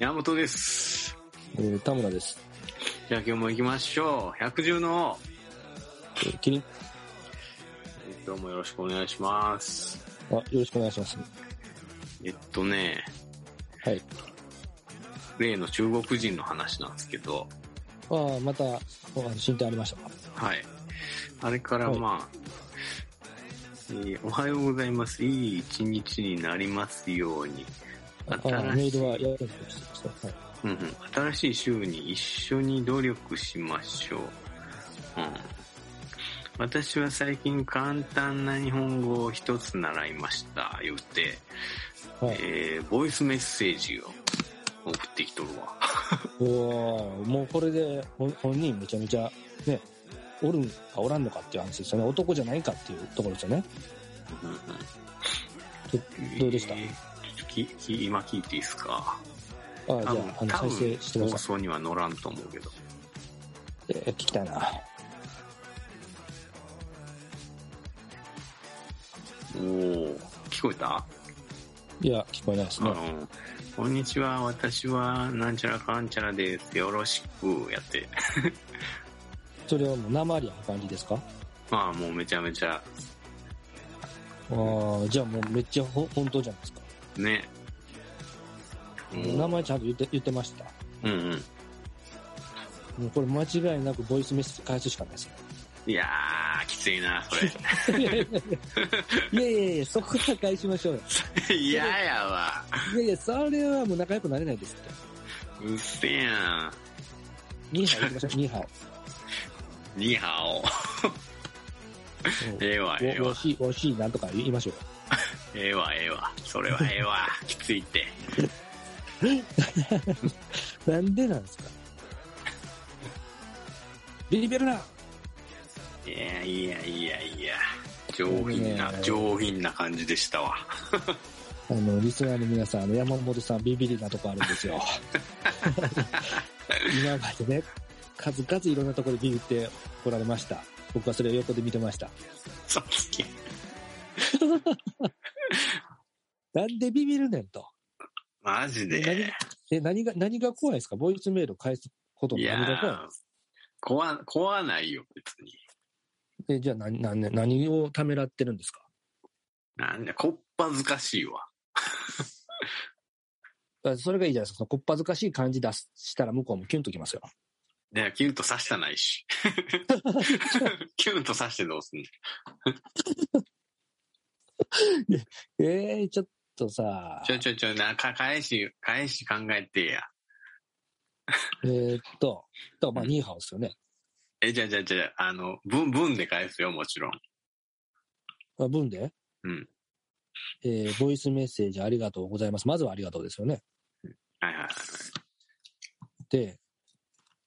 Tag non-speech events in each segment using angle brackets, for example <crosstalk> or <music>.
山本です。えー、田村です。じゃあ今日も行きましょう。百獣のえーキリン、王、どうもよろしくお願いします。あ、よろしくお願いします。えっとね、はい。例の中国人の話なんですけど、ああ、また、お進展ありましたかはい。あれからはいまあ、えーおはようございます。いい一日になりますように。ああ、新メしイい、ドはやってました。はい。うんうん、新しい週に一緒に努力しましょう。うん、私は最近簡単な日本語を一つ習いました。言って、はい、えー、ボイスメッセージを送ってきとるわ。うわーもうこれで本本人めちゃめちゃ、ね、おるんかおらんのかっていう話ですよね。男じゃないかっていうところですよね。うんうんどどうでしたえーちょっときき今聞いていいですかああ、じゃあ、あ多の、再分生してく放ださ送には乗らんと思うけど。い。えー聞きたいな。おお聞こえたいや、聞こえないですうね。ん。こんにちは、私は、なんちゃらかんちゃらです。よろしく、やって。それはもう生ありやん感じですかまあ、もうめちゃめちゃ、ああ、じゃあもうめっちゃほ本当じゃないですか。ね。名前ちゃんと言って言ってました。うんうん。もうこれ間違いなくボイスメッセージ返すしかないですね。いやー、きついな、 <laughs> それ。いやいやいやいや、そこは返しましょうよ。嫌ややわ。いやいや、それはもう仲良くなれないですって。うっせえや2杯行きましょう、2杯。ん。ニーハオ。ええわ、ええおおわ惜。しい、惜しいなんとか言いましょう。ええわ、ええわ。そ <laughs> れはええわ。きついって。なんでなんですかビリビるな、いやいやいやいや。上品なね、え上品な感じでしたわ。 <laughs> あの、リスナーの皆さん、あの、山本さん、ビビリなとこあるんですよ。今までね、数々いろんなところでビビって来られました。僕はそれを横で見てました。さっき。なんでビビるねんと。マジで。え、何が、何が怖いですかボイスメール返すこといのや何が怖いー、怖、怖ないよ、別に。え、じゃあ何、何、何をためらってるんですかなんだ、こっぱずかしいわ。あそれがいいじゃないですか。そのこっぱずかしい感じ出すしたら向こうもキュンときますよ。ねキュンと刺したない <laughs> し。キュンと刺してどうすんのえー、ちょっとさ、ちょちょちょ、な、か、返し、返し考えてや。えーっと、と、まあ、ニーハオですよね。え、じゃあじゃあじゃあ、あの、文、文で返すよ、もちろん。あ文でうん。えーボイスメッセージありがとうございます。まずはありがとうですよね。はいはい。で、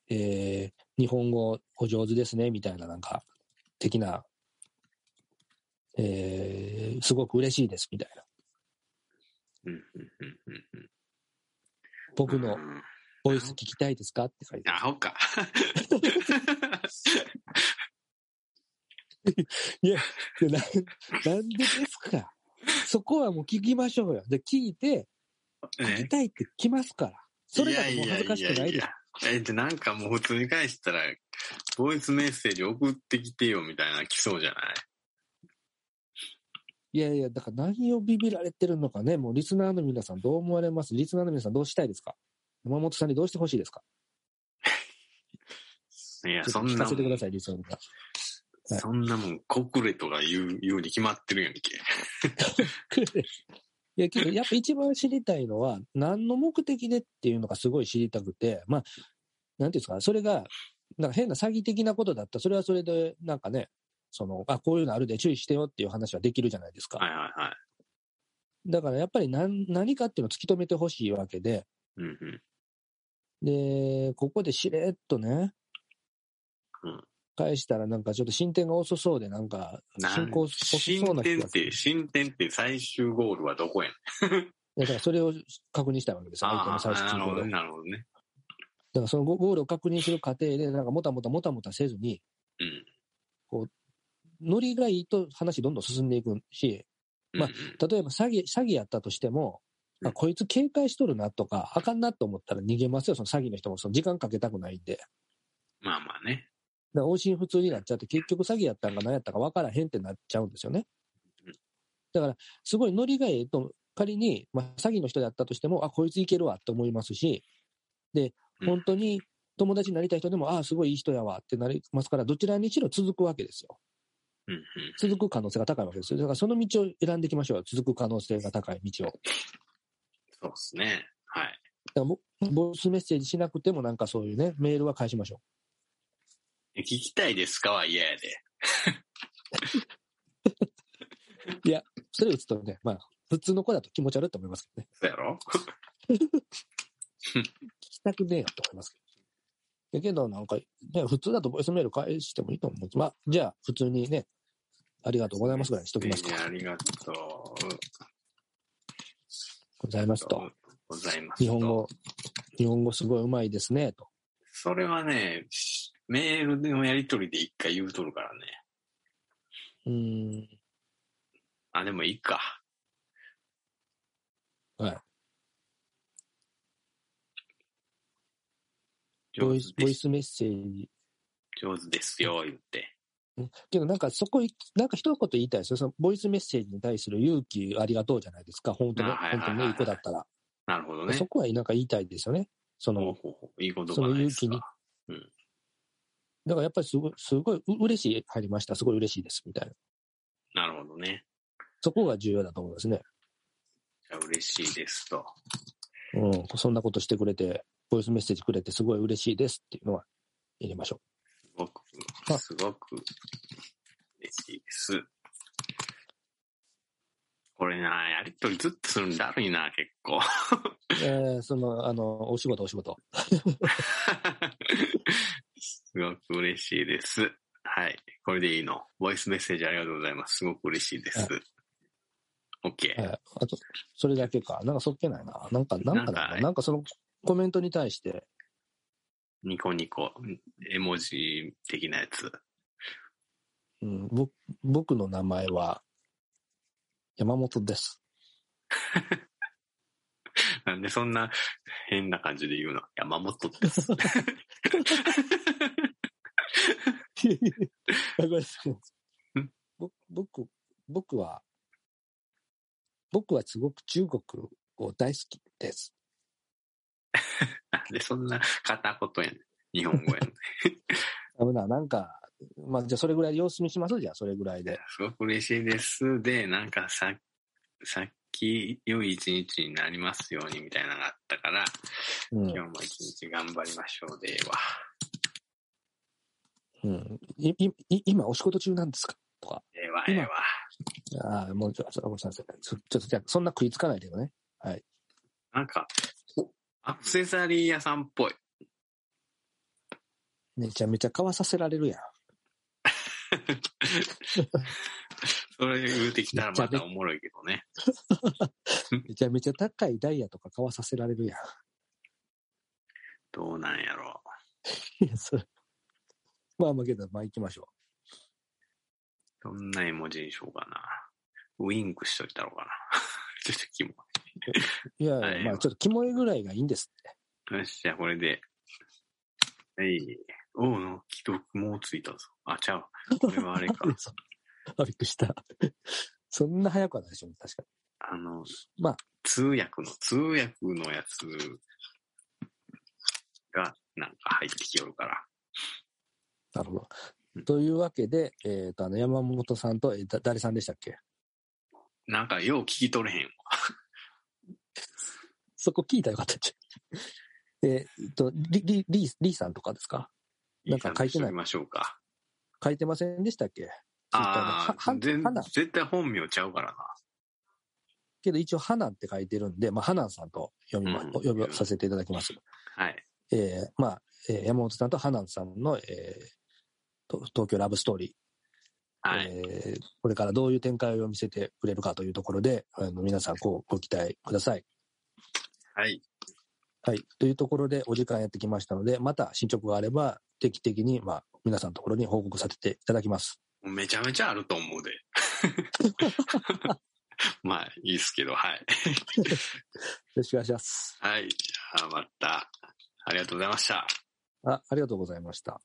えー日本語お上手ですね、みたいななんか、的な、えーすごく嬉しいです、みたいな。うん、うん、うん、うんうん。僕うのんボイス聞きたいですかって書いてあるアホか。でなんなん <laughs> でですかそこはもう聞きましょうよ。で、聞いて、聞きねたいって来ますから。それだともう恥ずかしくないです。やいやえ、じゃあなんかもう普通に返したら、ボイスメッセージ送ってきてよみたいな来そうじゃないいやいや、だから何をビビられてるのかね。もうリスナーの皆さんどう思われますリスナーの皆さんどうしたいですか山本さんにどうしてほしいですかいや、ちょそっとんな聞かもせてくだん、さい、リスナーの皆さん。さいそんなもん、国レとか言う、言うに決まってるやんけ。いや、けどやっぱ一番知りたいのは、何の目的でっていうのがすごい知りたくて、まあ、なんていうんですか、それが、なんか変な詐欺的なことだったら、それはそれで、なんかね、その、あ、こういうのあるで注意してよっていう話はできるじゃないですか。はいはいはい。だからやっぱり何何かっていうのを突き止めてほしいわけで、うんうん。で、ここでしれっとね、うん返したらなんかちょっと進展が遅そうで、なんかなん進行遅進そうな気展がっすて、る。進展って最終ゴールはどこやねん。だからそれを確認したいわけですよ、相手のあ最あ、終な進る行ほでど、なるほどね。だからそのゴゴールを確認する過程で、なんかもたもたもたもたせずに、うん。ノリがいいと話どんどん進んでいくし、まあうんうん例えば詐欺、詐欺やったとしても、あこいつ警戒しとるなとか、あかんなと思ったら逃げますよ、その詐欺の人も。その時間かけたくないんで。だかまあまあね。ら往診不通になっちゃって、結局詐欺やったんか何やったか分からへんってなっちゃうんですよねうん。だから、すごいノリがええと、仮に、まあ、詐欺の人だったとしても、あ、こいついけるわと思いますし、で、うん本当に友達になりたい人でも、あ、すごいいい人やわってなりますから、どちらにしろ続くわけですよ。うんうん。続く可能性が高いわけですよ。だからその道を選んでいきましょうよ。続く可能性が高い道を。だかそうですね。はい。らもボイスメッセージしなくても、なんかそういうね、メールは返しましょえ聞きたいですかは嫌やで。う。それ打つとね、まあ、普通の子だと気持ち悪いと思いますけどね。そうやろ聞きたくねえよと思いますけど。だけど、なんか、ね、普通だとボイスメール返してもいいと思うんです。まあ、じゃあ、普通にね、ありがとうございますぐらいにしときますか。ありがとうございますと。ございますと。日本語、日本語すごい上手いですね、と。それはね、メールのやりとりで一回言うとるからね。うーん。あ、でもいいか。はい。ボ上イス手ボでイす。スメッセージ上手ですよ、言って。けどなんかそこい、なんか一言言いたいですよ。そのボイスメッセージに対する勇気ありがとうじゃないですか。本当の、あはいはい本はい当のいい子だったら。なるほどね。そこはなんか言いたいですよね。そほうの、ほうほういい言葉ないですその勇か。だからやっぱりすごい、すごいう嬉しい入りました。すごい嬉しいです。みたいな。なるほどね。そこが重要だと思うんですね。じゃあ嬉しいですと。うん。そんなことしてくれて、ボイスメッセージくれてすごい嬉しいですっていうのは入れましょすごくあ、すごく嬉しいです。これな、やりとりずっとするんだるいな、結構。 <laughs> う。えー、その、あの、お仕事お仕事。すごく嬉しいです。はい。これでいいの。ボイスメッセージありがとうございます。すごく嬉しいです。は OK。い。あと、それだけか。なんかそっけないな。なんか、なんなかんなかねなんかそのコメントに対して、ニコニコ、絵文字的なやつ。うん、ぼ僕の名前は山本です。なんでそんな変な感じで言うの山本です。ごめんなさいうんぼ僕僕は僕はすごく中国を大好きです。 <laughs> なんでそんな片言やねん。日本語やねん。危ないなんか、まあ、じゃあそれぐらいで様子見しますじゃあそれぐらいで。すごく嬉しいです。で、なんかさ、さっき良い一日になりますようにみたいなのがあったから、うん今日も一日頑張りましょうでええわ。うん、いいい今お仕事中なんですかとか。ええわ、え今えわ。ああ、もうちょっと、ごめんなさい。ちょちょっとじゃあそんな食いつかないでよね。なんか、おアクセサリー屋さんっぽい。めちゃめちゃ買わさせられるやん。それ言うてきたらまたおもろいけどね。めちゃめちゃ高いダイヤとか買わさせられるやん。どうなんやろ <laughs> いや、それ。まあまあけど、まあ行きましょう。どんな絵文字にしようかな。ウインクしといたろうかな。 <laughs> ちょっとキモう。いやいや、はいまあちょっとキモいぐらいがいいんですって。い。よし、じゃあこれで。はい。おうの、既読もうついたぞ。あ、ちゃう。これはあれ <laughs> かそうあ、びっくりした。 <laughs> そんな早くはないでしょ、確かあの、まあ通訳の、通訳のやつが、なんか入ってきよるから。に。なるほど。というわけで、えっ、と、あの、山本さんと、えーだ誰さんでしたっけ <laughs> なんか、よう聞き取れへんわ。そこ聞いたらよかったんじゃん。 <laughs> えっと、り、り、り、りさんとかですかなんか書いてないましょうか。書いてませんでしたっけああはは、全花絶対本名ちゃうからけど一応、花って書いてるんで、まあ、花さんと読みま、うん呼びさせていただきます。な。はい。えーまあ、えー山本さんと花さんの、えーと東京ラブストーリー、はい。えーこれからどういう展開を見せてくれるかというところで、あの皆さんこうご期待ください。はい。はい。というところでお時間やってきましたので、また進捗があれば定期的に、まあ、皆さんのところに報告させていただきます。 <laughs> めちゃめちゃあると思うで。まあ、いいですけど、はい。ろしくお願いします。はい。じゃあ、また、ありがとうございました。あありがとうございました。